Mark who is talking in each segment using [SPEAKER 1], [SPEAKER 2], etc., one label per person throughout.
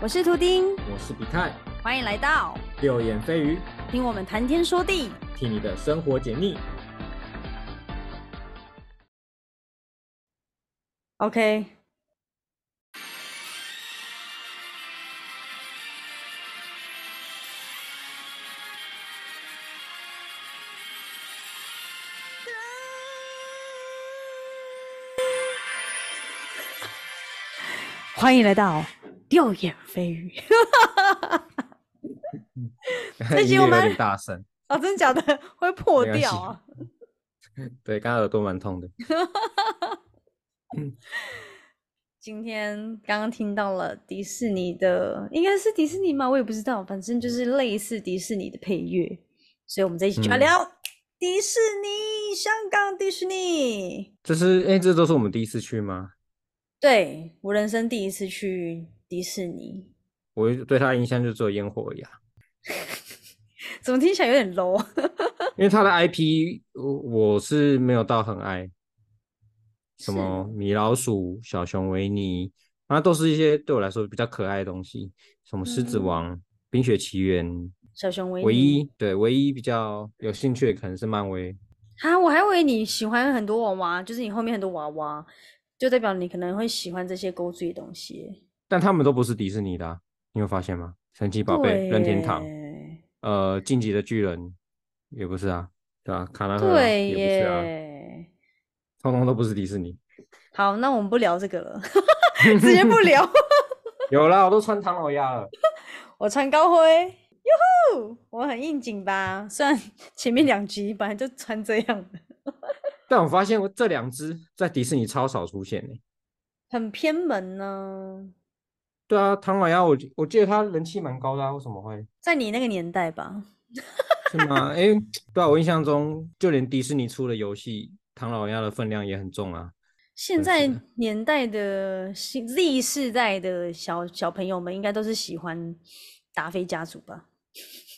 [SPEAKER 1] 我是图丁，
[SPEAKER 2] 我是比泰，
[SPEAKER 1] 欢迎来到
[SPEAKER 2] 六眼飞鱼，
[SPEAKER 1] 听我们谈天说地。
[SPEAKER 2] 替你的生活解 腻。
[SPEAKER 1] OK，欢迎来到六眼飞鱼。这集
[SPEAKER 2] 音乐
[SPEAKER 1] 我 们
[SPEAKER 2] 有点大声，
[SPEAKER 1] 哦，真的假的？会破
[SPEAKER 2] 没关系
[SPEAKER 1] 掉啊！
[SPEAKER 2] 对，刚刚耳朵蛮痛的。
[SPEAKER 1] 今天刚刚听到了迪士尼的，应该是迪士尼吗？我也不知道，反正就是类似迪士尼的配乐，所以我们这一期就来
[SPEAKER 2] 嗯
[SPEAKER 1] 聊迪士尼，香港迪士尼。
[SPEAKER 2] 这是，哎，这都是我们第一次去吗？
[SPEAKER 1] 对我人生第一次去迪士尼，
[SPEAKER 2] 我对它的印象就只有烟火而已 啊，
[SPEAKER 1] 怎么听起来有点 low？啊
[SPEAKER 2] 因为它的 IP 我我是没有到很爱，
[SPEAKER 1] 是
[SPEAKER 2] 什么米老鼠、小熊维尼，那都是一些对我来说比较可爱的东西，什么狮子
[SPEAKER 1] 嗯
[SPEAKER 2] 王、冰雪奇缘，
[SPEAKER 1] 小熊维
[SPEAKER 2] 唯
[SPEAKER 1] 尼
[SPEAKER 2] 一对唯一比较有兴趣的可能是漫威，
[SPEAKER 1] 哈，我还以为你喜欢很多娃娃，就是你后面很多娃娃，就代表你可能会喜欢这些勾追的东西。
[SPEAKER 2] 但他们都不是迪士尼的啊、你有发现吗？神奇宝贝、
[SPEAKER 1] 对
[SPEAKER 2] 任天堂，
[SPEAKER 1] 耶
[SPEAKER 2] 呃，晋级的巨人也不是啊，对吧、卡纳赫拉
[SPEAKER 1] 对
[SPEAKER 2] 也不是啊，
[SPEAKER 1] 耶。
[SPEAKER 2] 通通都不是迪士尼。
[SPEAKER 1] 好，那我们不聊这个了， 直接不聊。
[SPEAKER 2] 有啦，我都穿唐老鸭了。
[SPEAKER 1] 我穿高灰，哟吼，我很应景吧？虽然前面两集本来就穿这样的，
[SPEAKER 2] 但我发现我这两只在迪士尼超少出现呢、
[SPEAKER 1] 很偏门呢，
[SPEAKER 2] 对啊，唐老鸭我记我记得它人气蛮高的、啊，为什么会？
[SPEAKER 1] 在你那个年代吧？
[SPEAKER 2] 是吗？ 哎、对啊，我印象中就连迪士尼出的游戏，唐老鸭的分量也很重啊。
[SPEAKER 1] 现
[SPEAKER 2] 真
[SPEAKER 1] 在
[SPEAKER 2] 是的
[SPEAKER 1] 年代的新 Z 世代的小小朋友们，应该都是喜欢达菲家族吧？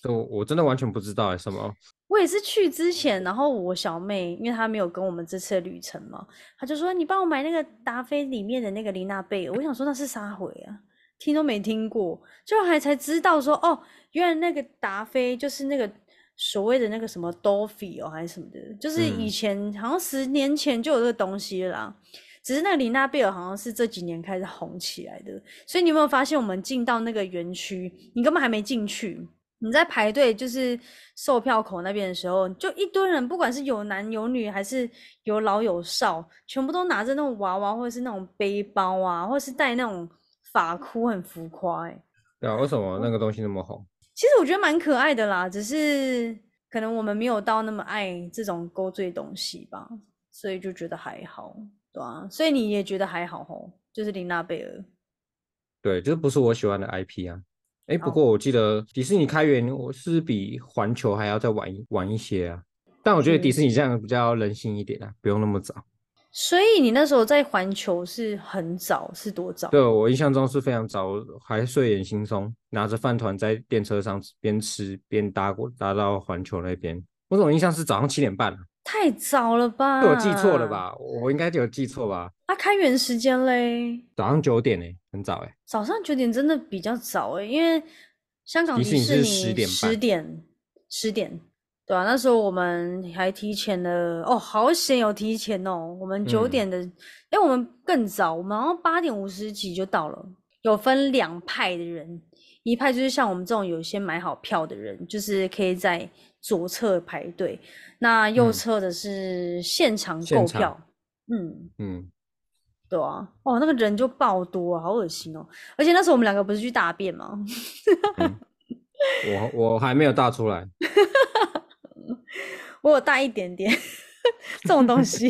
[SPEAKER 2] 所以我我真的完全不知道、欸、什么
[SPEAKER 1] 我也是去之前，然后我小妹，因为她没有跟我们这次的旅程嘛，她就说你帮我买那个达菲里面的那个琳娜贝尔，我想说那是啥回啊，听都没听过，就还才知道说哦，原来那个达菲就是那个所谓的那个什么 Dolphy 哦还是什么的，就是以
[SPEAKER 2] 嗯
[SPEAKER 1] 前、好像十年前就有这个东西了啦。只是那个琳娜贝尔好像是这几年开始红起来的，所以你有没有发现，我们进到那个园区，你根本还没进去，你在排队就是售票口那边的时候，就一堆人，不管是有男有女，还是有老有少，全部都拿着那种娃娃，或者是那种背包啊，或者是戴那种发箍，很浮夸、欸。
[SPEAKER 2] 对啊，为什么那个东西那么红？
[SPEAKER 1] 其实我觉得蛮可爱的啦，只是可能我们没有到那么爱这种勾兑东西吧，所以就觉得还好，对啊，所以你也觉得还好吼，就是琳娜贝尔。
[SPEAKER 2] 对，这不是我喜欢的 IP 啊。哎，
[SPEAKER 1] 好
[SPEAKER 2] 不过我记得迪士尼开源，我是比环球还要再晚一晚一些啊。但我觉得迪士尼这样比较人性一点啊，不用那么早。
[SPEAKER 1] 所以你那时候在环球是很早，是多早？
[SPEAKER 2] 对我印象中是非常早，我还睡眼惺忪，拿着饭团在电车上边吃边搭过搭到环球那边。我总印象是早上七点半啊，
[SPEAKER 1] 太早了吧？
[SPEAKER 2] 是我记错了？吧？我应该有记错吧？
[SPEAKER 1] 啊，开园时间嘞，
[SPEAKER 2] 早上九点呢、很早哎、
[SPEAKER 1] 早上九点真的比较早欸诶，因为香港
[SPEAKER 2] 迪士尼
[SPEAKER 1] 士
[SPEAKER 2] 是
[SPEAKER 1] 尼
[SPEAKER 2] 10点半
[SPEAKER 1] 十点十点，对啊，那时候我们还提前了哦，好险有提前哦。我们九
[SPEAKER 2] 嗯
[SPEAKER 1] 点的，哎、我们更早，我们好像八点五十几就到了。有分两派的人，一派就是像我们这种有些买好票的人，就是可以在左侧排队，那右
[SPEAKER 2] 嗯
[SPEAKER 1] 侧的是现场
[SPEAKER 2] 现
[SPEAKER 1] 购
[SPEAKER 2] 场
[SPEAKER 1] 票，嗯。
[SPEAKER 2] 嗯，
[SPEAKER 1] 对啊，哦，那个人就爆多啊，好恶心哦！而且那时候我们两个不是去大便吗？
[SPEAKER 2] 我我还没有大出来，
[SPEAKER 1] 我有大一点 点这种东西。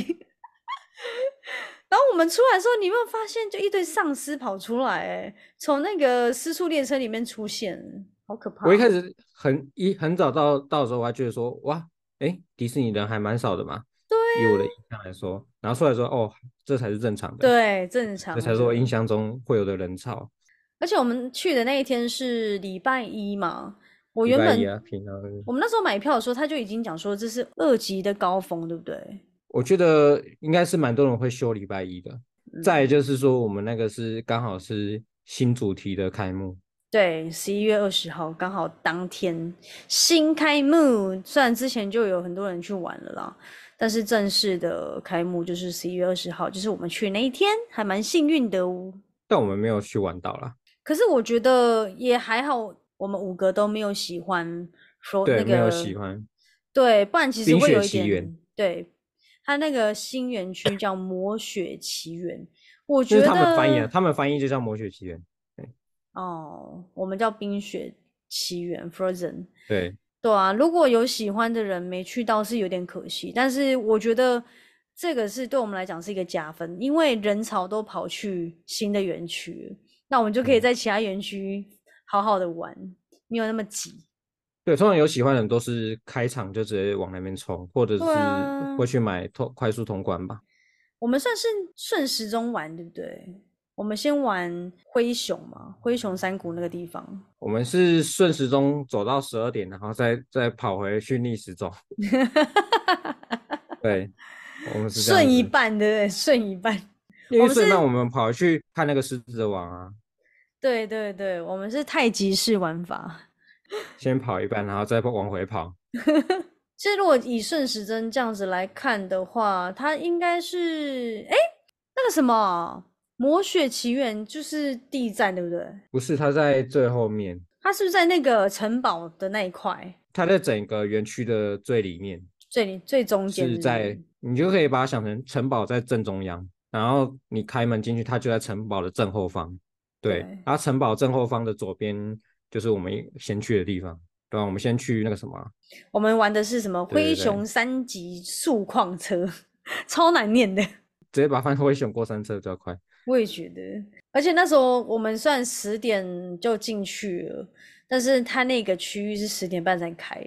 [SPEAKER 1] 然后我们出来的时候，你有没有发现，就一堆丧尸跑出来、欸，从那个私处列车里面出现，好可怕！
[SPEAKER 2] 我一开始很一很早到到的时候，我还觉得说哇，哎，迪士尼人还蛮少的嘛。对、
[SPEAKER 1] 啊
[SPEAKER 2] 以我的印象来说，然后出来说哦，这才是正常的，
[SPEAKER 1] 对正常
[SPEAKER 2] 这
[SPEAKER 1] 的，
[SPEAKER 2] 才是我印象中会有的人潮。
[SPEAKER 1] 而且我们去的那一天是礼拜一嘛，我
[SPEAKER 2] 礼
[SPEAKER 1] 原
[SPEAKER 2] 拜
[SPEAKER 1] 本
[SPEAKER 2] 一啊平常
[SPEAKER 1] 我们那时候买票的时候，他就已经讲说这是二级的高峰，对不对？
[SPEAKER 2] 我觉得应该是蛮多人会休礼拜一的。
[SPEAKER 1] 嗯
[SPEAKER 2] 再来就是说，我们那个是刚好是新主题的开幕，
[SPEAKER 1] 对，十一月二十号刚好当天新开幕，虽然之前就有很多人去玩了啦，但是正式的开幕就是十一月二十号，就是我们去那一天，还蛮幸运的哦。
[SPEAKER 2] 但我们没有去玩到啦，
[SPEAKER 1] 可是我觉得也还好，我们五个都没有喜欢说哦那
[SPEAKER 2] 对，
[SPEAKER 1] 个
[SPEAKER 2] 没有喜欢。
[SPEAKER 1] 对，不然其实
[SPEAKER 2] 冰
[SPEAKER 1] 会
[SPEAKER 2] 雪
[SPEAKER 1] 有一
[SPEAKER 2] 奇
[SPEAKER 1] 点
[SPEAKER 2] 缘
[SPEAKER 1] 对。它那个新园区叫《魔雪奇缘》，我
[SPEAKER 2] 就
[SPEAKER 1] 觉
[SPEAKER 2] 是
[SPEAKER 1] 得
[SPEAKER 2] 他们翻译啊，他们翻译就叫《魔雪奇缘》。
[SPEAKER 1] 哦，我们叫《冰雪奇缘》（Frozen）。
[SPEAKER 2] 对，
[SPEAKER 1] 对啊，如果有喜欢的人没去到是有点可惜，但是我觉得这个是对我们来讲是一个加分，因为人潮都跑去新的园区了，那我们就可以
[SPEAKER 2] 嗯
[SPEAKER 1] 在其他园区好好的玩，没有那么挤。
[SPEAKER 2] 对，通常有喜欢的人都是开场就直接往那边冲，或者是
[SPEAKER 1] 对啊
[SPEAKER 2] 会去买通快速通关吧。
[SPEAKER 1] 我们算是顺时钟玩，对不对？我们先玩灰熊嘛，灰熊山谷那个地方。
[SPEAKER 2] 我们是顺时钟走到十二点，然后再再跑回去逆 时钟。对，我们是这 样
[SPEAKER 1] 顺一
[SPEAKER 2] 子，
[SPEAKER 1] 半，对不对？顺一半。
[SPEAKER 2] 因
[SPEAKER 1] 我
[SPEAKER 2] 为
[SPEAKER 1] 们
[SPEAKER 2] 顺
[SPEAKER 1] 是
[SPEAKER 2] 便我们跑去看那个狮子王啊，
[SPEAKER 1] 对对对，我们是太极式玩法。
[SPEAKER 2] 先跑一半，然后再往回跑。
[SPEAKER 1] 其实如果以顺时针这样子来看的话，它应该是哎，那个什么《魔雪奇缘》就是第一站，对不对？
[SPEAKER 2] 不是，它在最后面，
[SPEAKER 1] 它是不是在那个城堡的那一块
[SPEAKER 2] 它在整个园区的最里面，
[SPEAKER 1] 最最中间
[SPEAKER 2] 是
[SPEAKER 1] 是不是
[SPEAKER 2] 在你就可以把它想成城堡在正中央，然后你开门进去，它就在城堡的正后方。对，
[SPEAKER 1] 对
[SPEAKER 2] 然后城堡正后方的左边就是我们一先去的地方。对吧？我们先去那个什么啊，
[SPEAKER 1] 我们玩的是什么
[SPEAKER 2] 对对
[SPEAKER 1] 灰
[SPEAKER 2] 对
[SPEAKER 1] 熊三级速矿车， 超难念的。
[SPEAKER 2] 直接把范灰熊过山车比较快。
[SPEAKER 1] 我也觉得，而且那时候我们算十点就进去了，但是它那个区域是十点半才开，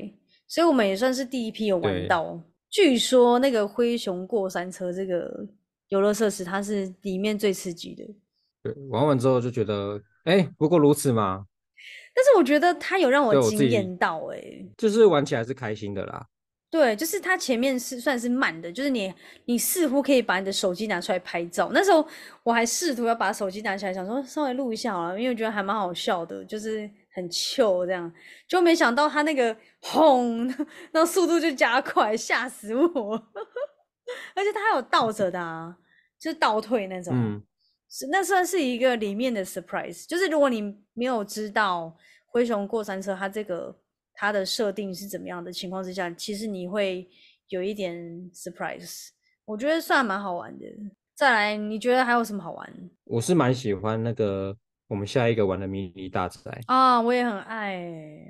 [SPEAKER 1] 所以我们也算是第一批有玩
[SPEAKER 2] 对
[SPEAKER 1] 到。据说那个灰熊过山车这个游乐设施，它是里面最刺激的，
[SPEAKER 2] 对，玩完之后就觉得，哎、不过如此嘛，
[SPEAKER 1] 但是我觉得它有让
[SPEAKER 2] 对
[SPEAKER 1] 我
[SPEAKER 2] 我自
[SPEAKER 1] 惊
[SPEAKER 2] 己
[SPEAKER 1] 艳到欸诶、
[SPEAKER 2] 就是玩起来是开心的啦。
[SPEAKER 1] 对，就是它前面是算是慢的，就是你你似乎可以把你的手机拿出来拍照。那时候我还试图要把手机拿起来，想说稍微录一下好了，因为我觉得还蛮好笑的，就是很 chill 这样。就没想到它那个轰， 那速度就加快，吓死我！ 而且它还有倒着的啊，就是倒退那种。
[SPEAKER 2] 嗯，
[SPEAKER 1] 是那算是一个里面的 surprise，就是如果你没有知道灰熊过山车它这个它的设定是怎么样的情况之下，其实你会有一点 surprise，我觉得算蛮好玩的。再来，你觉得还有什么好玩
[SPEAKER 2] 我是蛮喜欢那个我们下一个玩的迷你大仔，
[SPEAKER 1] 啊？我也很爱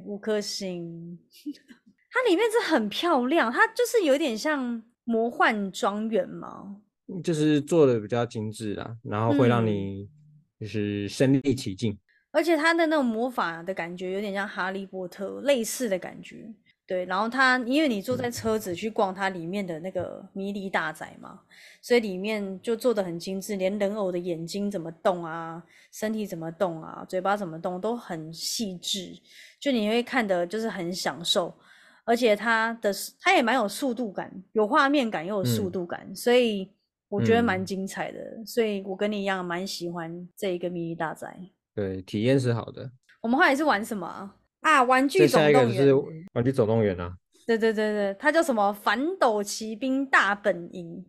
[SPEAKER 1] 五颗星， 它里面是很漂亮，它就是有点像魔幻庄园嘛。
[SPEAKER 2] 就是做的比较精致啦，然后会让
[SPEAKER 1] 嗯
[SPEAKER 2] 你就是身临其境。
[SPEAKER 1] 而且它的那种魔法的感觉有点像哈利波特类似的感觉，对。然后它因为你坐
[SPEAKER 2] 嗯
[SPEAKER 1] 在车子去逛它里面的那个迷离大宅嘛，所以里面就做的很精致，连人偶的眼睛怎么动啊，身体怎么动啊，嘴巴怎么动都很细致，就你会看的就是很享受。而且它的它也蛮有速度感，有画面感又有速
[SPEAKER 2] 嗯
[SPEAKER 1] 度感，所以我觉得蛮
[SPEAKER 2] 嗯
[SPEAKER 1] 精彩的。所以我跟你一样蛮喜欢这一个迷离大宅。
[SPEAKER 2] 对，体验是好的。
[SPEAKER 1] 我们后来是玩什么啊啊？玩具
[SPEAKER 2] 再
[SPEAKER 1] 总
[SPEAKER 2] 下一个
[SPEAKER 1] 动
[SPEAKER 2] 就
[SPEAKER 1] 员。
[SPEAKER 2] 是玩具总动员啊，
[SPEAKER 1] 对对对对，它叫什么？反斗骑兵大本营。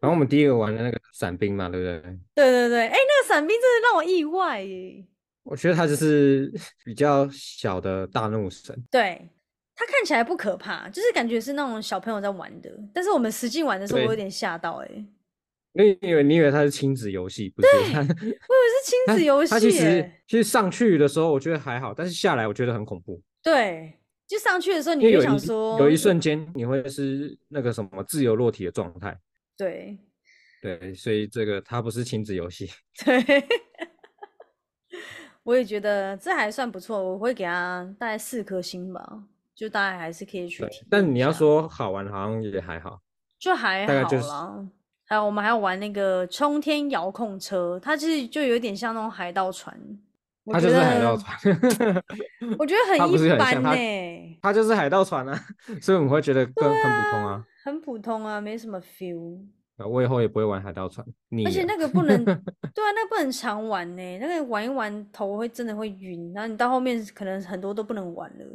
[SPEAKER 2] 然后我们第一个玩的那个伞兵嘛，对不对？
[SPEAKER 1] 对对对，哎、那个伞兵真的让我意外耶。
[SPEAKER 2] 我觉得它就是 比较小的大怒神，
[SPEAKER 1] 对，它看起来不可怕，就是感觉是那种小朋友在玩的。但是我们实际玩的时候，我
[SPEAKER 2] 对
[SPEAKER 1] 有点吓到哎，我以为
[SPEAKER 2] 你以为你以为它是亲子游戏，不是？它
[SPEAKER 1] 是亲
[SPEAKER 2] 它
[SPEAKER 1] 子游
[SPEAKER 2] 它其
[SPEAKER 1] 戏
[SPEAKER 2] 实
[SPEAKER 1] 耶。
[SPEAKER 2] 其实上去的时候我觉得还好，但是下来我觉得很恐怖，
[SPEAKER 1] 对，就上去的时候你
[SPEAKER 2] 因为
[SPEAKER 1] 就
[SPEAKER 2] 有
[SPEAKER 1] 嗯想
[SPEAKER 2] 一
[SPEAKER 1] 说，
[SPEAKER 2] 有一瞬间你会是那个什么自由落体的状态。
[SPEAKER 1] 对
[SPEAKER 2] 对，所以这个它不是亲子游戏。
[SPEAKER 1] 对。 我也觉得这还算不错，我会给他大概四颗星吧，就大概还是可以去
[SPEAKER 2] 对
[SPEAKER 1] 体，验
[SPEAKER 2] 但
[SPEAKER 1] 一
[SPEAKER 2] 你要
[SPEAKER 1] 下
[SPEAKER 2] 说好玩，好像也还好。
[SPEAKER 1] 就还
[SPEAKER 2] 大概
[SPEAKER 1] 好
[SPEAKER 2] 就是
[SPEAKER 1] 啦。还有我们还要玩那个冲天遥控车，它其实就有点像那种海盗船，我
[SPEAKER 2] 它
[SPEAKER 1] 觉
[SPEAKER 2] 就是海
[SPEAKER 1] 得
[SPEAKER 2] 盗，船，
[SPEAKER 1] 我觉得
[SPEAKER 2] 它
[SPEAKER 1] 很
[SPEAKER 2] 不是
[SPEAKER 1] 一
[SPEAKER 2] 很
[SPEAKER 1] 般欸
[SPEAKER 2] 像
[SPEAKER 1] 呢、
[SPEAKER 2] 它它 就是海盗船啊，所以我们会觉得更很普通啊。
[SPEAKER 1] 很普通啊，没什么 feel。
[SPEAKER 2] 啊我以后也不会玩海盗船。腻
[SPEAKER 1] 而且
[SPEAKER 2] 了
[SPEAKER 1] 那个不 能，对啊，那不能常玩呢、那个玩一玩头会真的会晕，然后你到后面可能很多都不能玩了，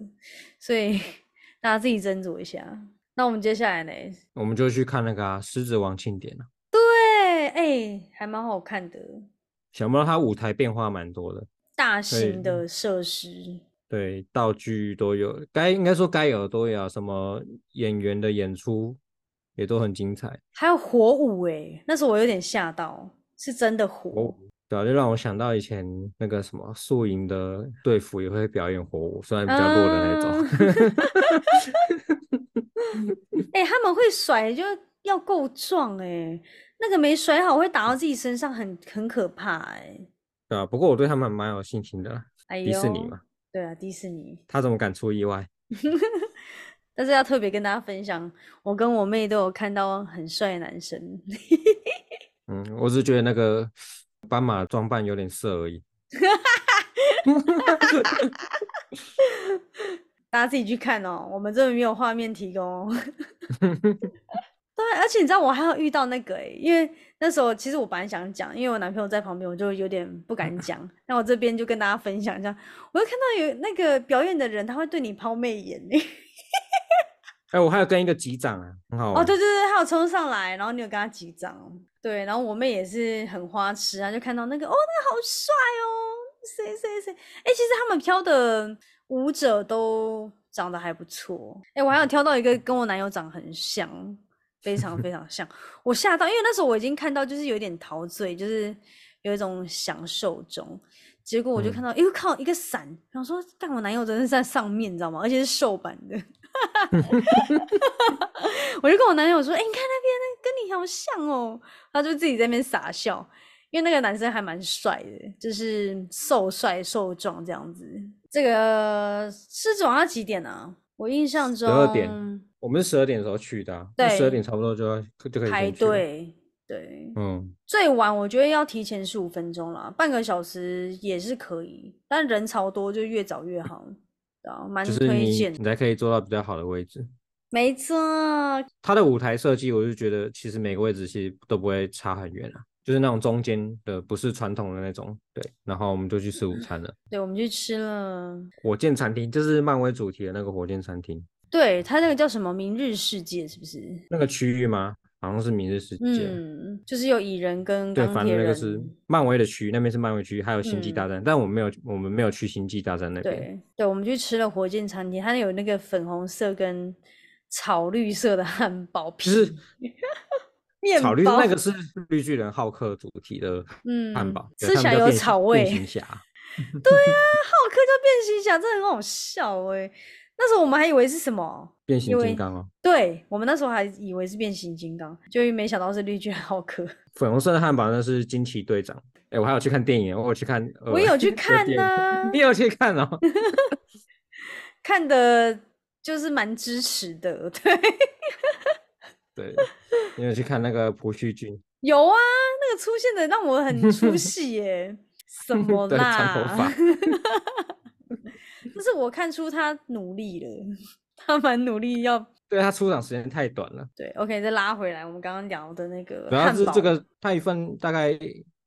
[SPEAKER 1] 所以 大家自己斟酌一下。那我们接下来呢？
[SPEAKER 2] 我们就去看那个啊、狮子王》庆典啊，
[SPEAKER 1] 对，哎、还蛮好看的，
[SPEAKER 2] 想不到它舞台变化蛮多的，
[SPEAKER 1] 大
[SPEAKER 2] 对
[SPEAKER 1] 型的设施，
[SPEAKER 2] 对，道具都有，该应该说该有的都有啊，什么演员的演出也都很精彩。
[SPEAKER 1] 还有火舞哎、那时候我有点吓到，是真的火。
[SPEAKER 2] 对啊，就让我想到以前那个什么宿营的队服也会表演火舞，虽然比较弱的那
[SPEAKER 1] 嗯
[SPEAKER 2] 种。
[SPEAKER 1] 哎、他们会甩就要够壮哎，那个没甩好会打到自己身上很，很可怕哎、
[SPEAKER 2] 对啊，不过我对他们蛮有信心的啦，
[SPEAKER 1] 哎呦，
[SPEAKER 2] 迪士尼嘛，
[SPEAKER 1] 对啊，迪士尼。
[SPEAKER 2] 他怎么敢出意外？
[SPEAKER 1] 但是要特别跟大家分享，我跟我妹都有看到很帅的男生，
[SPEAKER 2] 嗯，我只是觉得那个斑马装扮有点色 而已。
[SPEAKER 1] 大家自己去看哦。我们这边没有画面提供哦。 对，而且你知道我还有遇到那个诶、因为那时候其实我本来想讲，因为我男朋友在旁边，我就有点不敢讲。那我这边就跟大家分享一下，我就看到有那个表演的人，他会对你抛媚眼、欸。
[SPEAKER 2] 哎、我还有跟一个机长啊，很好玩。
[SPEAKER 1] 哦，对对对，他有冲上来，然后你有跟他击掌，对，然后我妹也是很花痴啊，就看到那个哦，那个好帅哦，谁谁谁，哎，其实他们挑的舞者都长得还不错，哎，我还有挑到一个跟我男友长很像，非常非常像，我吓到，因为那时候我已经看到就是有点陶醉，就是有一种享受中。结果我就
[SPEAKER 2] 嗯
[SPEAKER 1] 看到，哎、呦靠，一个闪，然后说，干我男友真的是在上面，你知道吗？而且是瘦版 的，我就跟我男友说：“哎、你看那边那跟你好像哦。”他就自己在那边傻笑，因为那个男生还蛮帅的，就是瘦帅瘦壮这样子。这个狮子王要几点啊？我印象中
[SPEAKER 2] 12点我们是十二点的时候去的、啊，十
[SPEAKER 1] 对
[SPEAKER 2] 二点差不多就要就可以
[SPEAKER 1] 排
[SPEAKER 2] 先去了。
[SPEAKER 1] 队，对，
[SPEAKER 2] 嗯，
[SPEAKER 1] 最晚我觉得要提前十五分钟啦，半个小时也是可以，但人潮多就越早越好，对啊，蛮
[SPEAKER 2] 就是
[SPEAKER 1] 推
[SPEAKER 2] 你
[SPEAKER 1] 荐。
[SPEAKER 2] 你才可以坐到比较好的位置。
[SPEAKER 1] 没错，
[SPEAKER 2] 它的舞台设计，我就觉得其实每个位置其实都不会差很远啊，就是那种中间的，不是传统的那种。对，然后我们就去吃午餐了，
[SPEAKER 1] 对，我们去吃了。
[SPEAKER 2] 火箭餐厅，就是漫威主题的那个火箭餐厅，
[SPEAKER 1] 对，它那个叫什么？明日世界是不是？
[SPEAKER 2] 那个区域吗？好像是明日世界。
[SPEAKER 1] 嗯，就是有蚁人跟
[SPEAKER 2] 对，
[SPEAKER 1] 钢
[SPEAKER 2] 反
[SPEAKER 1] 铁
[SPEAKER 2] 正那
[SPEAKER 1] 人，嗯
[SPEAKER 2] 个是漫威的区域，那边是漫威区域，还有星际大战，但我们没有，我们没有去星际大战那边。
[SPEAKER 1] 对对，我们去吃了火箭餐厅，它有那个粉红色跟草绿色的汉堡皮，
[SPEAKER 2] 是
[SPEAKER 1] 面
[SPEAKER 2] 草绿
[SPEAKER 1] 包哦
[SPEAKER 2] 那个是绿巨人浩克主题的汉
[SPEAKER 1] 嗯
[SPEAKER 2] 堡，对
[SPEAKER 1] 吃
[SPEAKER 2] 他
[SPEAKER 1] 起
[SPEAKER 2] 们
[SPEAKER 1] 来
[SPEAKER 2] 叫
[SPEAKER 1] 有
[SPEAKER 2] 变形
[SPEAKER 1] 草味，
[SPEAKER 2] 变形侠，
[SPEAKER 1] 浩克就变形侠，真的很好笑哎、那时候我们还以为是什么，
[SPEAKER 2] 变形
[SPEAKER 1] 因为
[SPEAKER 2] 金刚哦，
[SPEAKER 1] 对我们那时候还以为是变形金刚，就没想到是绿巨人浩克。
[SPEAKER 2] 粉红色的汉堡那是惊奇队长。哎，我还有去看电影，我有去看，呃
[SPEAKER 1] 我有去
[SPEAKER 2] 的
[SPEAKER 1] 看
[SPEAKER 2] 电影
[SPEAKER 1] 呐
[SPEAKER 2] 你有去看哦？
[SPEAKER 1] 看的就是蛮支持的，对，
[SPEAKER 2] 对，你有去看那个朴叙俊，
[SPEAKER 1] 有啊，那个出现的让我很 出戏耶、什么
[SPEAKER 2] 对，长头
[SPEAKER 1] 啦
[SPEAKER 2] 发？，
[SPEAKER 1] 但是我看出他努力了，他蛮努力要
[SPEAKER 2] 对他出场时间太短了，
[SPEAKER 1] 对，OK，再拉回来，我们刚刚聊的那个
[SPEAKER 2] 主要
[SPEAKER 1] 呃汉
[SPEAKER 2] 是
[SPEAKER 1] 堡，
[SPEAKER 2] 这个他一份大概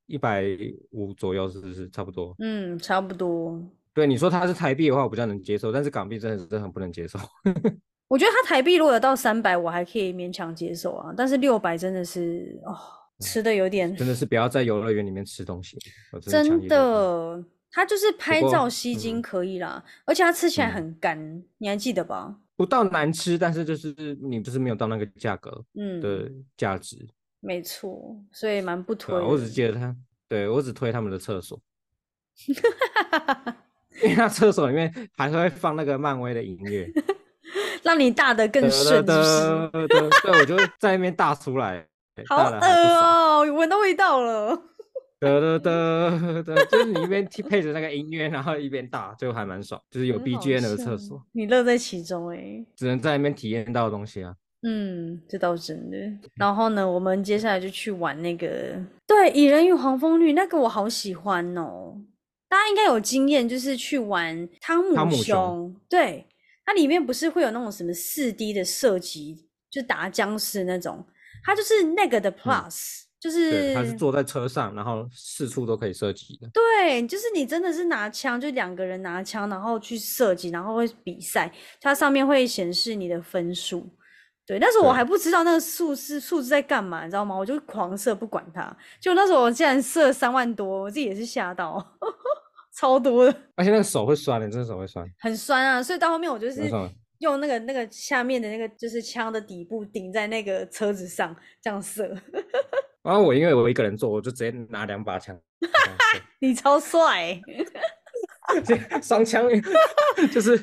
[SPEAKER 2] 一百五左右，是不是差不多？
[SPEAKER 1] 嗯，差不多。
[SPEAKER 2] 对你说它是台币的话，我比较能接受，但是港币真的是真的很不能接受。
[SPEAKER 1] 我觉得他台币如果有到三百，我还可以勉强接受啊，但是六百真的是哦，吃的有点
[SPEAKER 2] 嗯真的是不要在游乐园里面吃东西，我真的强
[SPEAKER 1] 真
[SPEAKER 2] 烈建议
[SPEAKER 1] 的，他就是拍
[SPEAKER 2] 过
[SPEAKER 1] 照吸睛
[SPEAKER 2] 嗯
[SPEAKER 1] 可以啦，而且他吃起来
[SPEAKER 2] 嗯
[SPEAKER 1] 很干，你还记得吧？
[SPEAKER 2] 不到难吃，但是就是你就是没有到那个价格
[SPEAKER 1] 嗯，
[SPEAKER 2] 的价值。
[SPEAKER 1] 没错，所以蛮不推
[SPEAKER 2] 对啊、
[SPEAKER 1] 的。
[SPEAKER 2] 我只记得它，对我只推他们的厕 所，因为它厕所里面还会放那个漫威的音乐，
[SPEAKER 1] 让你大的更顺，是
[SPEAKER 2] 噔
[SPEAKER 1] 不是？
[SPEAKER 2] 噔噔噔对，我就会在那边大出来，
[SPEAKER 1] 好
[SPEAKER 2] 大了还不
[SPEAKER 1] 恶
[SPEAKER 2] 少
[SPEAKER 1] 哦、闻到味道了。
[SPEAKER 2] 得得得得，就是你一边听配着那个音乐，然后一边打，就还蛮爽，就是有
[SPEAKER 1] 很好
[SPEAKER 2] BGM 的厕
[SPEAKER 1] 笑
[SPEAKER 2] 所，，
[SPEAKER 1] 你乐在其中哎、
[SPEAKER 2] 只能在那边体验到的东西啊。
[SPEAKER 1] 嗯，这倒真的。然后呢，我们接下来就去玩那个，对，《蚁人与黄蜂女》那个我好喜欢哦。大家应该有经验，就是去玩汤姆
[SPEAKER 2] 汤姆
[SPEAKER 1] 熊，
[SPEAKER 2] 熊
[SPEAKER 1] 对，它里面不是会有那种什么四 D 的射击，就打僵尸那种，它就是那个的 plus，、就
[SPEAKER 2] 嗯对，
[SPEAKER 1] 是
[SPEAKER 2] 它是坐在车上，然后四处都可以射击的。
[SPEAKER 1] 对，就是你真的是拿枪，就两个人拿枪，然后去射击，然后会比赛，它上面会显示你的分数。对，但是我
[SPEAKER 2] 对
[SPEAKER 1] 还不知道那个数是数字在干嘛，你知道吗？我就狂射不管它。就那时候我竟然射三万多，我自己也是吓到， 超多的，
[SPEAKER 2] 而且那个手会酸的，欸真的手会酸，
[SPEAKER 1] 很酸啊。所以到后面我就是
[SPEAKER 2] 手会酸。
[SPEAKER 1] 用那个那个下面的那个就是枪的底部顶在那个车子上这样射。
[SPEAKER 2] 然后我因为我一个人坐，我就直接拿两把 枪这样射。
[SPEAKER 1] 你超帅欸、
[SPEAKER 2] 双枪 就是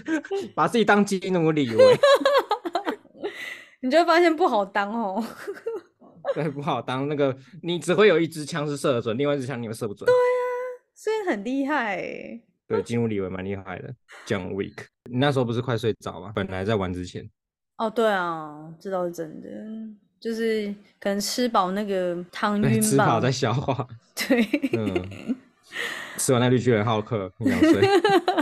[SPEAKER 2] 把自己当基努里维，
[SPEAKER 1] 你就会发现不好当哦。
[SPEAKER 2] 对，不好当那个，你只会有一支枪是射得准，另外一支枪你会射不准。
[SPEAKER 1] 所以很厉害、欸，
[SPEAKER 2] 对，基努里维蛮厉害的，John Wick。你那时候不是快睡着吗？本来在玩之前，
[SPEAKER 1] 哦，对啊，这倒是真的，就是可能吃饱那个 汤
[SPEAKER 2] 对，
[SPEAKER 1] 晕
[SPEAKER 2] 吃饱
[SPEAKER 1] 吧，
[SPEAKER 2] 哎在 消化，
[SPEAKER 1] 对。
[SPEAKER 2] 嗯，吃完那绿巨人浩克，秒睡。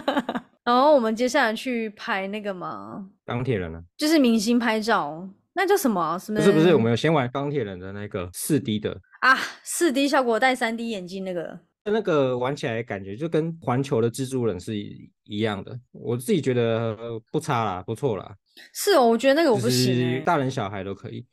[SPEAKER 1] 然后我们接下来去拍那个嘛，
[SPEAKER 2] 钢铁人呢？啊
[SPEAKER 1] 就是明星拍照，那叫什么啊、什么？
[SPEAKER 2] 不是不是，我们有先玩钢铁人的那个四 D 的，
[SPEAKER 1] 啊，四 D 效果戴三 D 眼镜那个，
[SPEAKER 2] 那个玩起来感觉就跟环球的蜘蛛人是一一样的，我自己觉得呃不差啦，不错啦，
[SPEAKER 1] 是哦，我觉得那个我
[SPEAKER 2] 就
[SPEAKER 1] 不行、
[SPEAKER 2] 是
[SPEAKER 1] 欸。
[SPEAKER 2] 大人小孩都可以。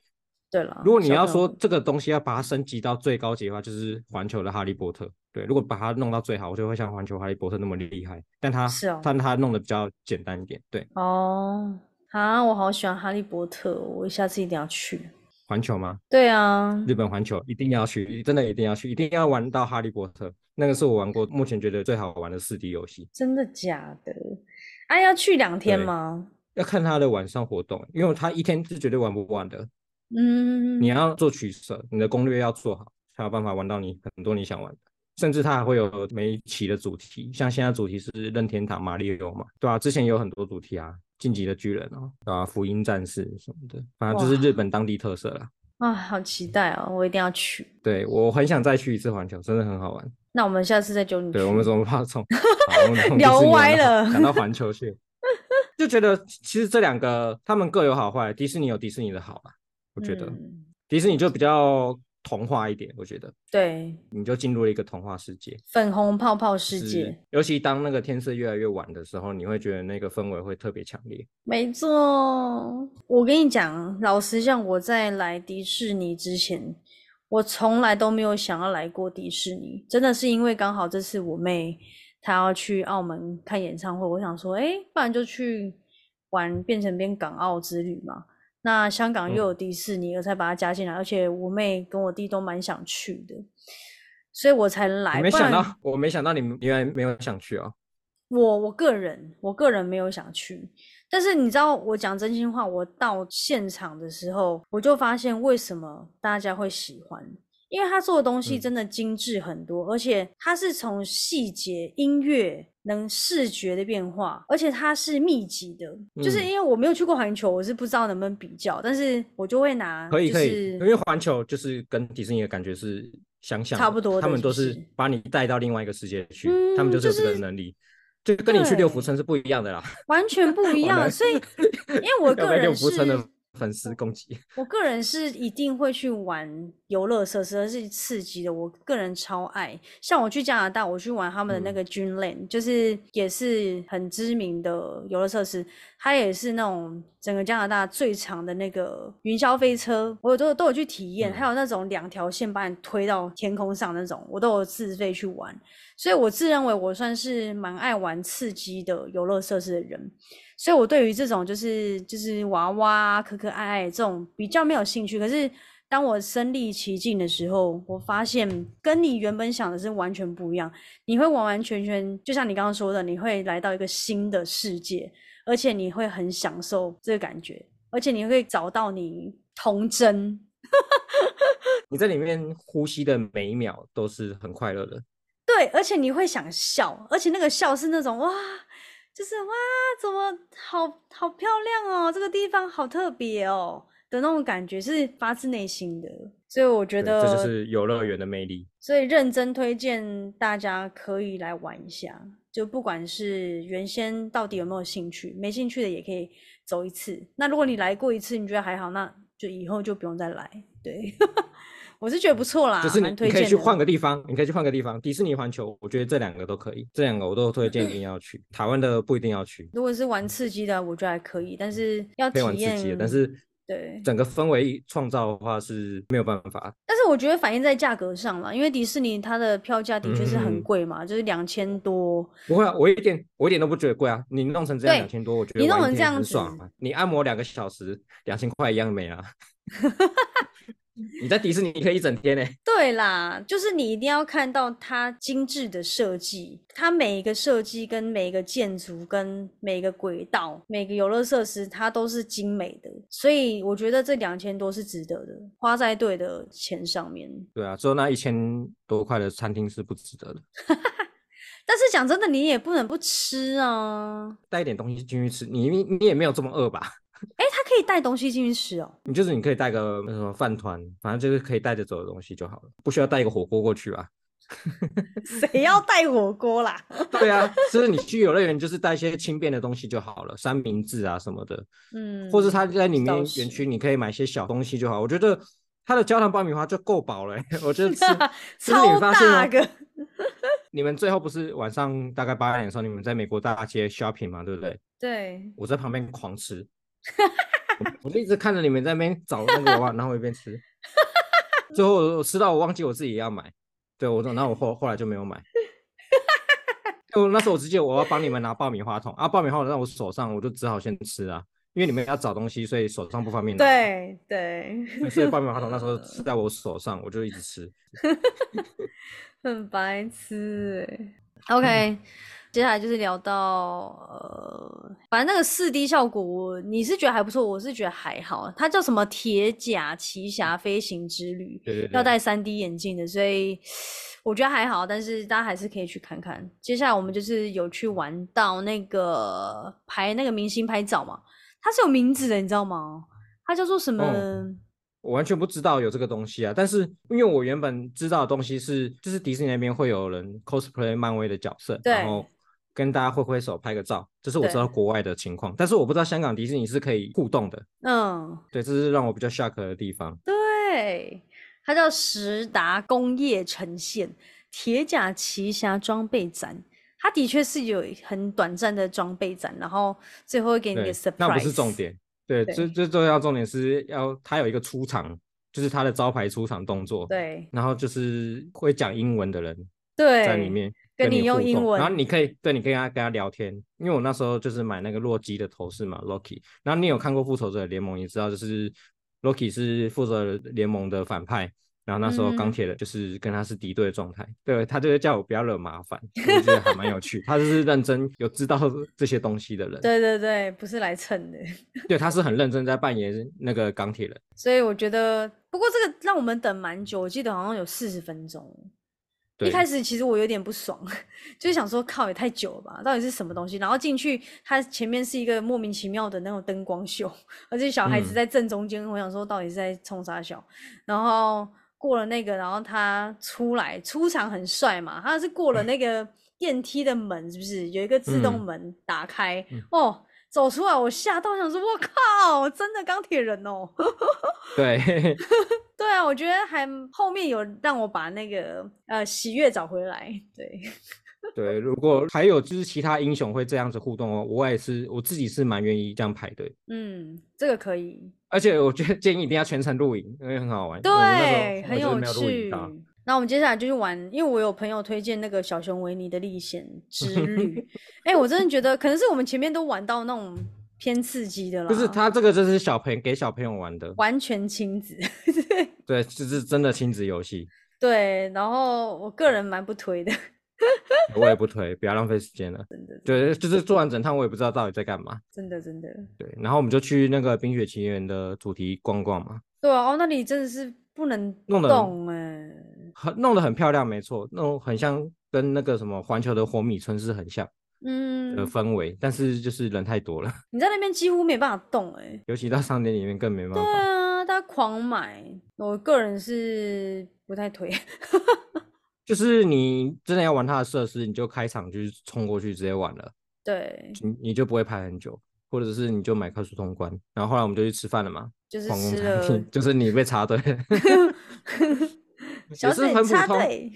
[SPEAKER 1] 对了，
[SPEAKER 2] 如果你
[SPEAKER 1] 小
[SPEAKER 2] 要
[SPEAKER 1] 朋友
[SPEAKER 2] 说这个东西要把它升级到最高级的话，就是环球的哈利波特。对，如果把它弄到最好，我就会像环球哈利波特那么厉害。但它
[SPEAKER 1] 是哦
[SPEAKER 2] 但它弄得比较简单一点。对，
[SPEAKER 1] 哦，啊，我好喜欢哈利波特哦，我下次一定要去。
[SPEAKER 2] 环球吗？
[SPEAKER 1] 对啊，
[SPEAKER 2] 日本环球一定要去，真的一定要去，一定要玩到哈利波特。那个是我玩过目前觉得最好玩的四 D 游戏。
[SPEAKER 1] 真的假的？啊，要去两天
[SPEAKER 2] 对
[SPEAKER 1] 吗？
[SPEAKER 2] 要看它的晚上活动，因为它一天是绝对玩不完的。
[SPEAKER 1] 嗯，
[SPEAKER 2] 你要做取舍，你的攻略要做好，才有办法玩到你很多你想玩的。甚至它还会有每一期的主题，像现在主题是任天堂马里奥嘛，对啊，之前也有很多主题啊，晋级的巨人哦，对啊，福音战士什么的，反正就是
[SPEAKER 1] 哇
[SPEAKER 2] 日本当地特色啦。
[SPEAKER 1] 啊，好期待哦，我一定要去。
[SPEAKER 2] 对我很想再去一次环球，真的很好玩。
[SPEAKER 1] 那我们下次再揪你去。
[SPEAKER 2] 对我们怎么怕从 好我们从迪
[SPEAKER 1] 聊
[SPEAKER 2] 士尼玩
[SPEAKER 1] 歪
[SPEAKER 2] 到
[SPEAKER 1] 了
[SPEAKER 2] 讲到环球去， 就觉得其实这两个他们各有好坏，迪士尼有迪士尼的好啦，我觉得、
[SPEAKER 1] 嗯
[SPEAKER 2] 迪士尼就比较童话一点，我觉得。
[SPEAKER 1] 对，
[SPEAKER 2] 你就进入了一个童话世界。
[SPEAKER 1] 粉红泡泡世
[SPEAKER 2] 是
[SPEAKER 1] 界，
[SPEAKER 2] 尤其当那个天色越来越晚的时候，你会觉得那个氛围会特别强烈。
[SPEAKER 1] 没错。我跟你讲，老实讲，我在来迪士尼之前，我从来都没有想要来过迪士尼，真的是因为刚好这次我妹她要去澳门看演唱会，我想说，哎，不然就去玩变成边港澳之旅嘛。那香港又有
[SPEAKER 2] 嗯
[SPEAKER 1] 迪士尼，我才把它加进来，而且我妹跟我弟都蛮想去的，所以我才来。
[SPEAKER 2] 我没
[SPEAKER 1] 不
[SPEAKER 2] 想
[SPEAKER 1] 然
[SPEAKER 2] 到，我没想到你们原来没有想去哦。
[SPEAKER 1] 我我个人，我个人没有想去，但是你知道，我讲真心话，我到现场的时候，我就发现为什么大家会喜欢，因为他做的东西
[SPEAKER 2] 嗯
[SPEAKER 1] 真的精致很多，而且他是从细节、音乐、能视觉的变化，而且它是密集的，就是
[SPEAKER 2] 嗯
[SPEAKER 1] 因为我没有去过环球，我是不知道能不能比较，但是我就会拿，
[SPEAKER 2] 可以
[SPEAKER 1] 就
[SPEAKER 2] 可以，因
[SPEAKER 1] 是
[SPEAKER 2] 为环球就是跟迪士尼的感觉是相像的，
[SPEAKER 1] 差不多的
[SPEAKER 2] 他们都
[SPEAKER 1] 是不
[SPEAKER 2] 是
[SPEAKER 1] 是
[SPEAKER 2] 把你带到另外一个世界去，
[SPEAKER 1] 嗯
[SPEAKER 2] 他们就是有这
[SPEAKER 1] 就
[SPEAKER 2] 个
[SPEAKER 1] 是
[SPEAKER 2] 能力。就跟你去六福
[SPEAKER 1] 对
[SPEAKER 2] 村是不一样的啦，
[SPEAKER 1] 完全不一
[SPEAKER 2] 好
[SPEAKER 1] 样，
[SPEAKER 2] 难
[SPEAKER 1] 所以因为 我
[SPEAKER 2] 要
[SPEAKER 1] 个
[SPEAKER 2] 被六
[SPEAKER 1] 人
[SPEAKER 2] 福
[SPEAKER 1] 是。
[SPEAKER 2] 村的 粉丝攻击。
[SPEAKER 1] 我个人是一定会去玩游乐设施，而是刺激的。我个人超爱，像我去加拿大，我去玩他们的那
[SPEAKER 2] 嗯
[SPEAKER 1] 个 Dreamland，、就是也是很知名的游乐设施，它也是那种整个加拿大最长的那个云霄飞车，我都都有去体验，
[SPEAKER 2] 嗯
[SPEAKER 1] 还有那种两条线把你推到天空上那种，我都有自费去玩。所以我自认为我算是蛮爱玩刺激的游乐设施的人。所以我对于这种就是就是娃娃啊可可爱爱这种比较没有兴趣。可是当我身历其境的时候，我发现跟你原本想的是完全不一样。你会完完全全，就像你刚刚说的，你会来到一个新的世界，而且你会很享受这个感觉，而且你会找到你童真。
[SPEAKER 2] 你在里面呼吸的每一秒都是很快乐的，
[SPEAKER 1] 对，而且你会想笑，而且那个笑是那种哇，就是哇，怎么好好漂亮哦，这个地方好特别哦的那种感觉，是发自内心的。所以我觉
[SPEAKER 2] 对，
[SPEAKER 1] 得，
[SPEAKER 2] 这就是游乐园的魅力。
[SPEAKER 1] 所以认真推荐大家可以来玩一下，就不管是原先到底有没有兴趣，没兴趣的也可以走一次。那如果你来过一次，你觉得还好，那就以后就不用再来。对， 我是觉得不错啦，
[SPEAKER 2] 就是你
[SPEAKER 1] 啊蛮推
[SPEAKER 2] 你可
[SPEAKER 1] 荐
[SPEAKER 2] 以
[SPEAKER 1] 的。
[SPEAKER 2] 去换个地方，你可以去换个地方，迪士尼、环球，我觉得这两个都可以，这两个我都推荐一定要去，台湾的不一定要去，
[SPEAKER 1] 如果是玩刺激的，我觉得还可以，但是要
[SPEAKER 2] 嗯
[SPEAKER 1] 体
[SPEAKER 2] 可以玩刺
[SPEAKER 1] 验，
[SPEAKER 2] 激的，但是
[SPEAKER 1] 对，
[SPEAKER 2] 整个氛围创造的话是没有办法，
[SPEAKER 1] 但是我觉得反映在价格上了，因为迪士尼它的票价的确是很
[SPEAKER 2] 嗯
[SPEAKER 1] 贵嘛，就是两千多，
[SPEAKER 2] 不会啊，我一点我一点都不觉得贵啊，你弄成这样
[SPEAKER 1] 对
[SPEAKER 2] 两千多，我觉得
[SPEAKER 1] 你弄
[SPEAKER 2] 玩
[SPEAKER 1] 成
[SPEAKER 2] 一
[SPEAKER 1] 这
[SPEAKER 2] 天
[SPEAKER 1] 样
[SPEAKER 2] 很爽啊，你按摩两个小时两千块一样美啊， 你在迪士尼可以一整天呢、
[SPEAKER 1] 对啦，就是你一定要看到它精致的设计，它每一个设计跟每一个建筑跟每一个轨道、每个游乐设施，它都是精美的，所以我觉得这两千多是值得的，花在对的钱上面。
[SPEAKER 2] 对啊，只有那一千多块的餐厅是不值得的，
[SPEAKER 1] 但是讲真的，你也不能不吃啊！
[SPEAKER 2] 带一点东西进去吃，你你你也没有这么饿吧？
[SPEAKER 1] 诶，它可以带东西进去吃哦。
[SPEAKER 2] 你就是你可以带个那什么饭团，反正就是可以带着走的东西就好了，不需要带一个火锅过去啊。
[SPEAKER 1] 谁要带火锅啦？
[SPEAKER 2] 对啊，就是你去游乐园就是带一些轻便的东西就好了，三明治啊什么的，
[SPEAKER 1] 嗯，
[SPEAKER 2] 或者他在里面
[SPEAKER 1] 倒
[SPEAKER 2] 园
[SPEAKER 1] 是
[SPEAKER 2] 区你可以买一些小东西就好。我觉得它的焦糖爆米花就够饱了 欸、我觉得 吃就是你
[SPEAKER 1] 超
[SPEAKER 2] 发现
[SPEAKER 1] 大
[SPEAKER 2] 哦
[SPEAKER 1] 个，
[SPEAKER 2] 你们最后不是晚上大概八点的时候，你们在美国大街 shopping 嘛，对不对？
[SPEAKER 1] 对，
[SPEAKER 2] 我在旁边 狂吃，我就一直看着你们在那边找那个娃娃，然后我一 边吃，最后我吃到我忘记我自己也要买，对我，然后我后后来就没 有买。就那时候我直接我要帮你们拿爆米花筒啊，爆米花筒在我手上，我就只好先吃啊，因为你们要找东西，所以手上不方便拿。
[SPEAKER 1] 对对，
[SPEAKER 2] 所以爆米花筒那时候是在我手上，我就一直吃。
[SPEAKER 1] 很白痴哎、OK，接
[SPEAKER 2] 嗯
[SPEAKER 1] 下来就是聊到呃，反正那个四 D 效果我，你是觉得还不错，我是觉得还好。它叫什么《铁甲奇侠飞行之旅》，
[SPEAKER 2] 对对对，
[SPEAKER 1] 要戴三 D 眼镜的，所以我觉得还好，但是大家还是可以去看看。接下来我们就是有去玩到那个拍那个明星拍照嘛，它是有名字的，你知道吗？它叫做什么？
[SPEAKER 2] 哦我完全不知道有这个东西啊。但是因为我原本知道的东西是，就是迪士尼那边会有人 cosplay 漫威的角色，
[SPEAKER 1] 对
[SPEAKER 2] 然后跟大家挥挥手拍个照，这是我知道
[SPEAKER 1] 对
[SPEAKER 2] 国外的情况。但是我不知道香港迪士尼是可以互动的，
[SPEAKER 1] 嗯，
[SPEAKER 2] 对，这是让我比较 shock 的地方。
[SPEAKER 1] 对，它叫实达工业呈现铁甲奇侠装备展。它的确是有很短暂的装备展，然后最后会给你一
[SPEAKER 2] 对
[SPEAKER 1] 个 surprise。，
[SPEAKER 2] 那不是重。点，对，
[SPEAKER 1] 对
[SPEAKER 2] 最最重要重点是要它有一个出场，就是它的招牌出场动作，
[SPEAKER 1] 对
[SPEAKER 2] 然后就是会讲英文的人
[SPEAKER 1] 对，
[SPEAKER 2] 在里面
[SPEAKER 1] 跟
[SPEAKER 2] 你
[SPEAKER 1] 你用
[SPEAKER 2] 互
[SPEAKER 1] 英
[SPEAKER 2] 动然后
[SPEAKER 1] 文
[SPEAKER 2] 你可以对，你可以跟他跟他聊天，因为我那时候就是买那个洛基的头饰嘛，Loki。然后你有看过《复仇者联盟》，你知道就是 Loki 是复仇者联盟的反派，然后那时候
[SPEAKER 1] 嗯
[SPEAKER 2] 钢铁人就是跟他是敌对的状态，对他就会叫我不要惹麻烦，我觉得还蛮有趣。他就是认真有知道这些东西的人，
[SPEAKER 1] 对对对，不是来蹭的。
[SPEAKER 2] 对，他是很认真在扮演那个钢铁人。
[SPEAKER 1] 所以我觉得，不过这个让我们等蛮久，我记得好像有四十分钟。一
[SPEAKER 2] 对
[SPEAKER 1] 开始其实我有点不爽， 就是想说靠也太久了吧，到底是什么东西？然后进去，它前面是一个莫名其妙的那种灯光秀，而且小孩子
[SPEAKER 2] 嗯
[SPEAKER 1] 在正中间，我想说到底是在冲啥小？然后过了那个，然后他出来出场很帅嘛，他是过了那个电梯的门，是不是有一个自动
[SPEAKER 2] 哎嗯
[SPEAKER 1] 门打开？
[SPEAKER 2] 嗯
[SPEAKER 1] 哦，走出来我吓到，想说我靠，真的钢铁人哦！
[SPEAKER 2] 对，
[SPEAKER 1] 对啊，我觉得还后面有让我把那个呃喜悦找回来。对，
[SPEAKER 2] 对，如果还有就是其他英雄会这样子互动哦，我也是我自己是蛮愿意这样排队。
[SPEAKER 1] 嗯，这个可以，
[SPEAKER 2] 而且我觉得建议一定要全程露营，因为很好玩。哦我们那时候
[SPEAKER 1] 对，
[SPEAKER 2] 我
[SPEAKER 1] 很
[SPEAKER 2] 就是
[SPEAKER 1] 有
[SPEAKER 2] 没有露营
[SPEAKER 1] 趣
[SPEAKER 2] 到。
[SPEAKER 1] 那我们接下来就去玩，因为我有朋友推荐那个小熊维尼的历险之 旅。哎、我真的觉得可能是我们前面都玩到那种偏刺激的啦，
[SPEAKER 2] 就是他这个就是小朋给小朋友玩的，
[SPEAKER 1] 完全亲子。
[SPEAKER 2] 对，就是真的亲子游戏，
[SPEAKER 1] 对，然后我个人蛮不推的。
[SPEAKER 2] 我也不推，不要浪费时间了。
[SPEAKER 1] 真的，
[SPEAKER 2] 对，就是做完整趟我也不知道到底在干嘛。
[SPEAKER 1] 真的，真的，
[SPEAKER 2] 对，然后我们就去那个《冰雪奇缘》的主题逛逛嘛，
[SPEAKER 1] 对啊，哦，那里真的是不能
[SPEAKER 2] 弄得很呃
[SPEAKER 1] 动哎、
[SPEAKER 2] 很弄得很漂亮，没错，弄很像跟那个什么环球的火米村是很像
[SPEAKER 1] 嗯
[SPEAKER 2] 的，氛围，但是就是人太多了，
[SPEAKER 1] 你在那边几乎没办法动哎、
[SPEAKER 2] 尤其到商店里面更没办
[SPEAKER 1] 对
[SPEAKER 2] 法。
[SPEAKER 1] 啊，大家狂买，我个人是不太推。
[SPEAKER 2] 就是你真的要玩它的设施，你就开场就是冲过去直接玩了。
[SPEAKER 1] 对
[SPEAKER 2] 你你就不会排很久。或者是你就买快速通关。然后后来我们就去吃饭了嘛，
[SPEAKER 1] 就是
[SPEAKER 2] 皇宫
[SPEAKER 1] 吃
[SPEAKER 2] 餐
[SPEAKER 1] 了
[SPEAKER 2] 厅， 就是你被 插队，
[SPEAKER 1] 小
[SPEAKER 2] 也是
[SPEAKER 1] 姐
[SPEAKER 2] 很普
[SPEAKER 1] 插
[SPEAKER 2] 通，
[SPEAKER 1] 队，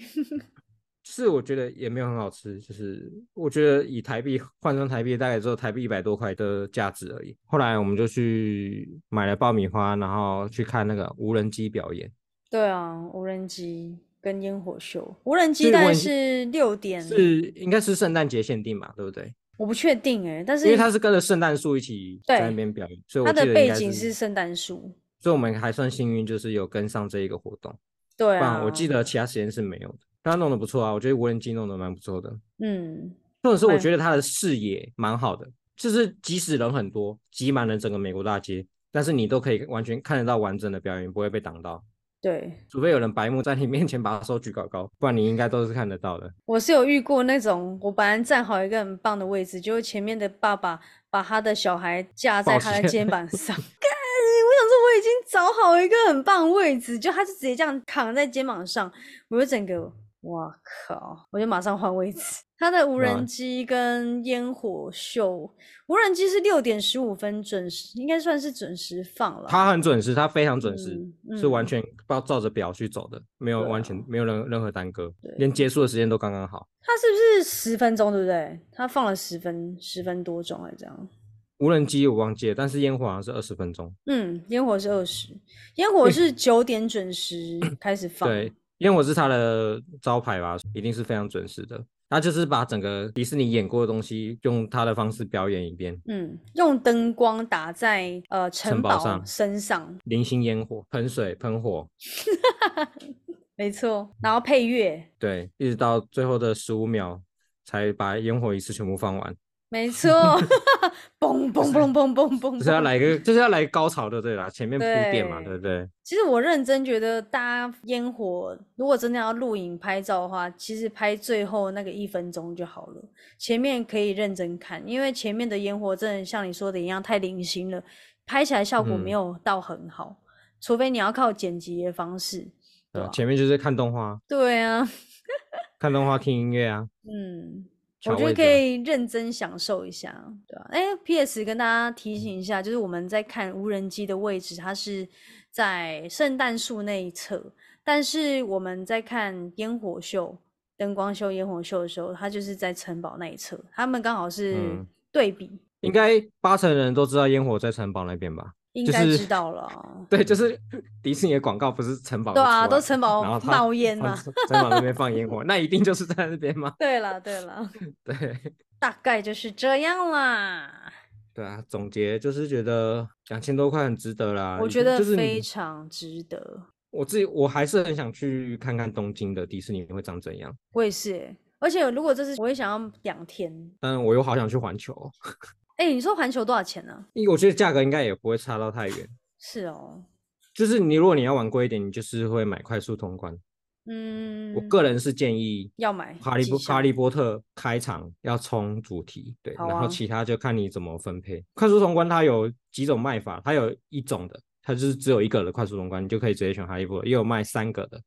[SPEAKER 2] 是我觉得也没有很好吃，就是我觉得以台币换算台币大概只有台币一百多块的价值而已。后来我们就去买了爆米花，然后去看那个无人机表演，
[SPEAKER 1] 对啊，无人机跟烟火秀，无人机
[SPEAKER 2] 是
[SPEAKER 1] 大
[SPEAKER 2] 无
[SPEAKER 1] 概
[SPEAKER 2] 人机
[SPEAKER 1] 是六点，
[SPEAKER 2] 是应该是圣诞节限定吧，对不对？
[SPEAKER 1] 我不确定哎、但是
[SPEAKER 2] 因为它是跟着圣诞树一起
[SPEAKER 1] 对
[SPEAKER 2] 在那边表演，所以我
[SPEAKER 1] 它
[SPEAKER 2] 记得
[SPEAKER 1] 的
[SPEAKER 2] 应
[SPEAKER 1] 背
[SPEAKER 2] 该
[SPEAKER 1] 景是
[SPEAKER 2] 是，
[SPEAKER 1] 圣诞树，
[SPEAKER 2] 所以我们还算幸运，就是有跟上这一个活动。
[SPEAKER 1] 对
[SPEAKER 2] 不
[SPEAKER 1] 啊，
[SPEAKER 2] 然我记得其他时间是没有的。但他弄得不错啊，我觉得无人机弄得蛮不错的。
[SPEAKER 1] 嗯，
[SPEAKER 2] 或者是我
[SPEAKER 1] 蛮
[SPEAKER 2] 觉得他的视野蛮好的，就是即使人很多，挤满了整个美国大街，但是你都可以完全看得到完整的表演，不会被挡到。
[SPEAKER 1] 对。
[SPEAKER 2] 除非有人白目在你面前把手举高高，不然你应该都是看得到的。
[SPEAKER 1] 我是有遇过那种，我本来站好一个很棒的位置，结果前面的爸爸把他的小孩架在
[SPEAKER 2] 抱
[SPEAKER 1] 他的
[SPEAKER 2] 起来
[SPEAKER 1] 肩 膀上。干，我想说我已经找好一个很棒的位置，就他就直接这样扛在肩膀上，我就整个，哇靠！我就马上换位置。他的无
[SPEAKER 2] 对啊
[SPEAKER 1] 人机跟烟火秀，无人机是六点十五分准时，应该算是准时放了。
[SPEAKER 2] 他很准时，他非常准时，
[SPEAKER 1] 嗯
[SPEAKER 2] 是完
[SPEAKER 1] 嗯
[SPEAKER 2] 全照照着表去走的，没有
[SPEAKER 1] 对
[SPEAKER 2] 完
[SPEAKER 1] 啊
[SPEAKER 2] 全、没有任任何耽搁
[SPEAKER 1] 对，
[SPEAKER 2] 连结束的时间都刚刚好。
[SPEAKER 1] 他是不是十分钟，对不对？他放了十分十分多钟，还这样。
[SPEAKER 2] 无人机我忘记了，但是烟火好像是二十分钟。
[SPEAKER 1] 嗯，烟火是二十，烟火是九点准时 开始放。
[SPEAKER 2] 对，烟火是它的招牌吧，一定是非常准时的。它就是把整个迪士尼演过的东西，用它的方式表演一遍。
[SPEAKER 1] 嗯，用灯光打在呃城
[SPEAKER 2] 城堡
[SPEAKER 1] 堡
[SPEAKER 2] 上
[SPEAKER 1] 身上，
[SPEAKER 2] 零星烟火、喷水、喷火，
[SPEAKER 1] 没错。然后配乐，
[SPEAKER 2] 对，一直到最后的十五秒才把烟火一次全部放完，
[SPEAKER 1] 没 错， 嘣嘣嘣嘣嘣嘣。
[SPEAKER 2] 就是要
[SPEAKER 1] 嘣
[SPEAKER 2] 来一个，就是要来一个高潮的，对啦，前面铺垫嘛，
[SPEAKER 1] 对
[SPEAKER 2] 对不对？
[SPEAKER 1] 其实我认真觉得，大家烟火如果真的要录影拍照的话，其实拍最后那个一分钟就好了，前面可以认真看，因为前面的烟火真的像你说的一样太零星了，拍起来效果没
[SPEAKER 2] 嗯
[SPEAKER 1] 有到很好，除非你要靠剪辑的方式。对
[SPEAKER 2] 对啊
[SPEAKER 1] 啊，
[SPEAKER 2] 前面就是看动画，
[SPEAKER 1] 对啊，
[SPEAKER 2] 看动画听音乐啊，
[SPEAKER 1] 嗯，我
[SPEAKER 2] 抢
[SPEAKER 1] 觉得
[SPEAKER 2] 位置
[SPEAKER 1] 可
[SPEAKER 2] 啊
[SPEAKER 1] 以认真享受一下，对吧、哎，P.S. 跟大家提醒一下，就是我们在看无人机的位置，它是在圣诞树那一侧，但是我们在看烟火秀、灯光秀、烟火秀的时候，它就是在城堡那一侧，他们刚好是
[SPEAKER 2] 嗯
[SPEAKER 1] 对比，
[SPEAKER 2] 应该八成人都知道烟火在城堡那边吧？
[SPEAKER 1] 应
[SPEAKER 2] 就
[SPEAKER 1] 该
[SPEAKER 2] 是
[SPEAKER 1] 知道了 啊。
[SPEAKER 2] 对，就是迪士尼的广告不是城堡
[SPEAKER 1] 对啊
[SPEAKER 2] 出来
[SPEAKER 1] 都城堡
[SPEAKER 2] 然后它
[SPEAKER 1] 冒烟
[SPEAKER 2] 放
[SPEAKER 1] 嘛
[SPEAKER 2] 城堡那边放烟火，那一定就是在那边吗？
[SPEAKER 1] 对了对了，
[SPEAKER 2] 对
[SPEAKER 1] 大概就是这样啦，
[SPEAKER 2] 对啊，总结就是觉得两千多块很值得啦。
[SPEAKER 1] 我
[SPEAKER 2] 已
[SPEAKER 1] 觉
[SPEAKER 2] 经
[SPEAKER 1] 得
[SPEAKER 2] 啊就是
[SPEAKER 1] 非
[SPEAKER 2] 你
[SPEAKER 1] 常值得。
[SPEAKER 2] 我自己我还是很想去看看东京的迪士尼会长怎样，
[SPEAKER 1] 我也是欸，而且如果这是我也想要两天。
[SPEAKER 2] 但我又好想去环球哦，
[SPEAKER 1] 哎、你说环球多少钱呢、
[SPEAKER 2] 因为我觉得价格应该也不会差到太远。
[SPEAKER 1] 是哦，
[SPEAKER 2] 就是你如果你要玩贵一点，你就是会买快速通关。
[SPEAKER 1] 嗯，
[SPEAKER 2] 我个人是建议
[SPEAKER 1] 要买
[SPEAKER 2] 哈利
[SPEAKER 1] 机
[SPEAKER 2] 波
[SPEAKER 1] 票
[SPEAKER 2] 哈利波特开场要冲主题，对，
[SPEAKER 1] 好
[SPEAKER 2] 然
[SPEAKER 1] 啊
[SPEAKER 2] 后其他就看你怎么分配。快速通关它有几种卖法，它有一种的，它就是只有一个的快速通关，你就可以直接选哈利波特，也有卖三个的，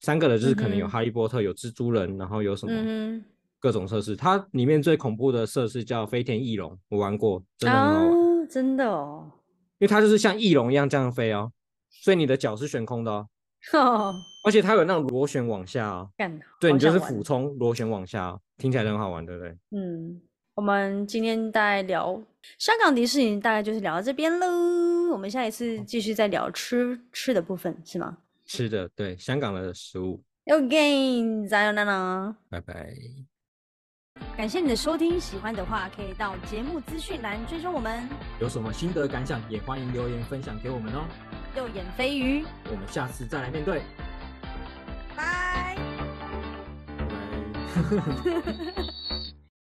[SPEAKER 2] 三个的就是可能有
[SPEAKER 1] 嗯哼
[SPEAKER 2] 哈利波特、有蜘蛛人，然后有什么
[SPEAKER 1] 嗯
[SPEAKER 2] 各种设施。它里面最恐怖的设施叫飞天翼龙，我玩过，
[SPEAKER 1] 哼，
[SPEAKER 2] 真的很好玩，
[SPEAKER 1] 啊，真的哦，
[SPEAKER 2] 因为它就是像翼龙一样这样飞哦，所以你的脚是悬空的哦，而且它有那种螺旋往下哦，
[SPEAKER 1] 干，
[SPEAKER 2] 对
[SPEAKER 1] 好
[SPEAKER 2] 你就
[SPEAKER 1] 想
[SPEAKER 2] 是
[SPEAKER 1] 玩
[SPEAKER 2] 俯冲螺旋往下哦，听起来就很好玩，对不对？
[SPEAKER 1] 嗯，我们今天大概聊香港迪士尼，大概就是聊到这边喽。我们下一次继续再聊吃吃的部分，是吗
[SPEAKER 2] 吃的，对，香港的食物。
[SPEAKER 1] ？OK，再见，娜娜。
[SPEAKER 2] 拜拜。
[SPEAKER 1] 感谢你的收听，喜欢的话可以到节目资讯栏追踪我们
[SPEAKER 2] 有什么心得感想，也欢迎留言分享给我们哦。
[SPEAKER 1] 右眼飞鱼，
[SPEAKER 2] 我们下次再来面对。
[SPEAKER 1] 拜。
[SPEAKER 2] 拜拜。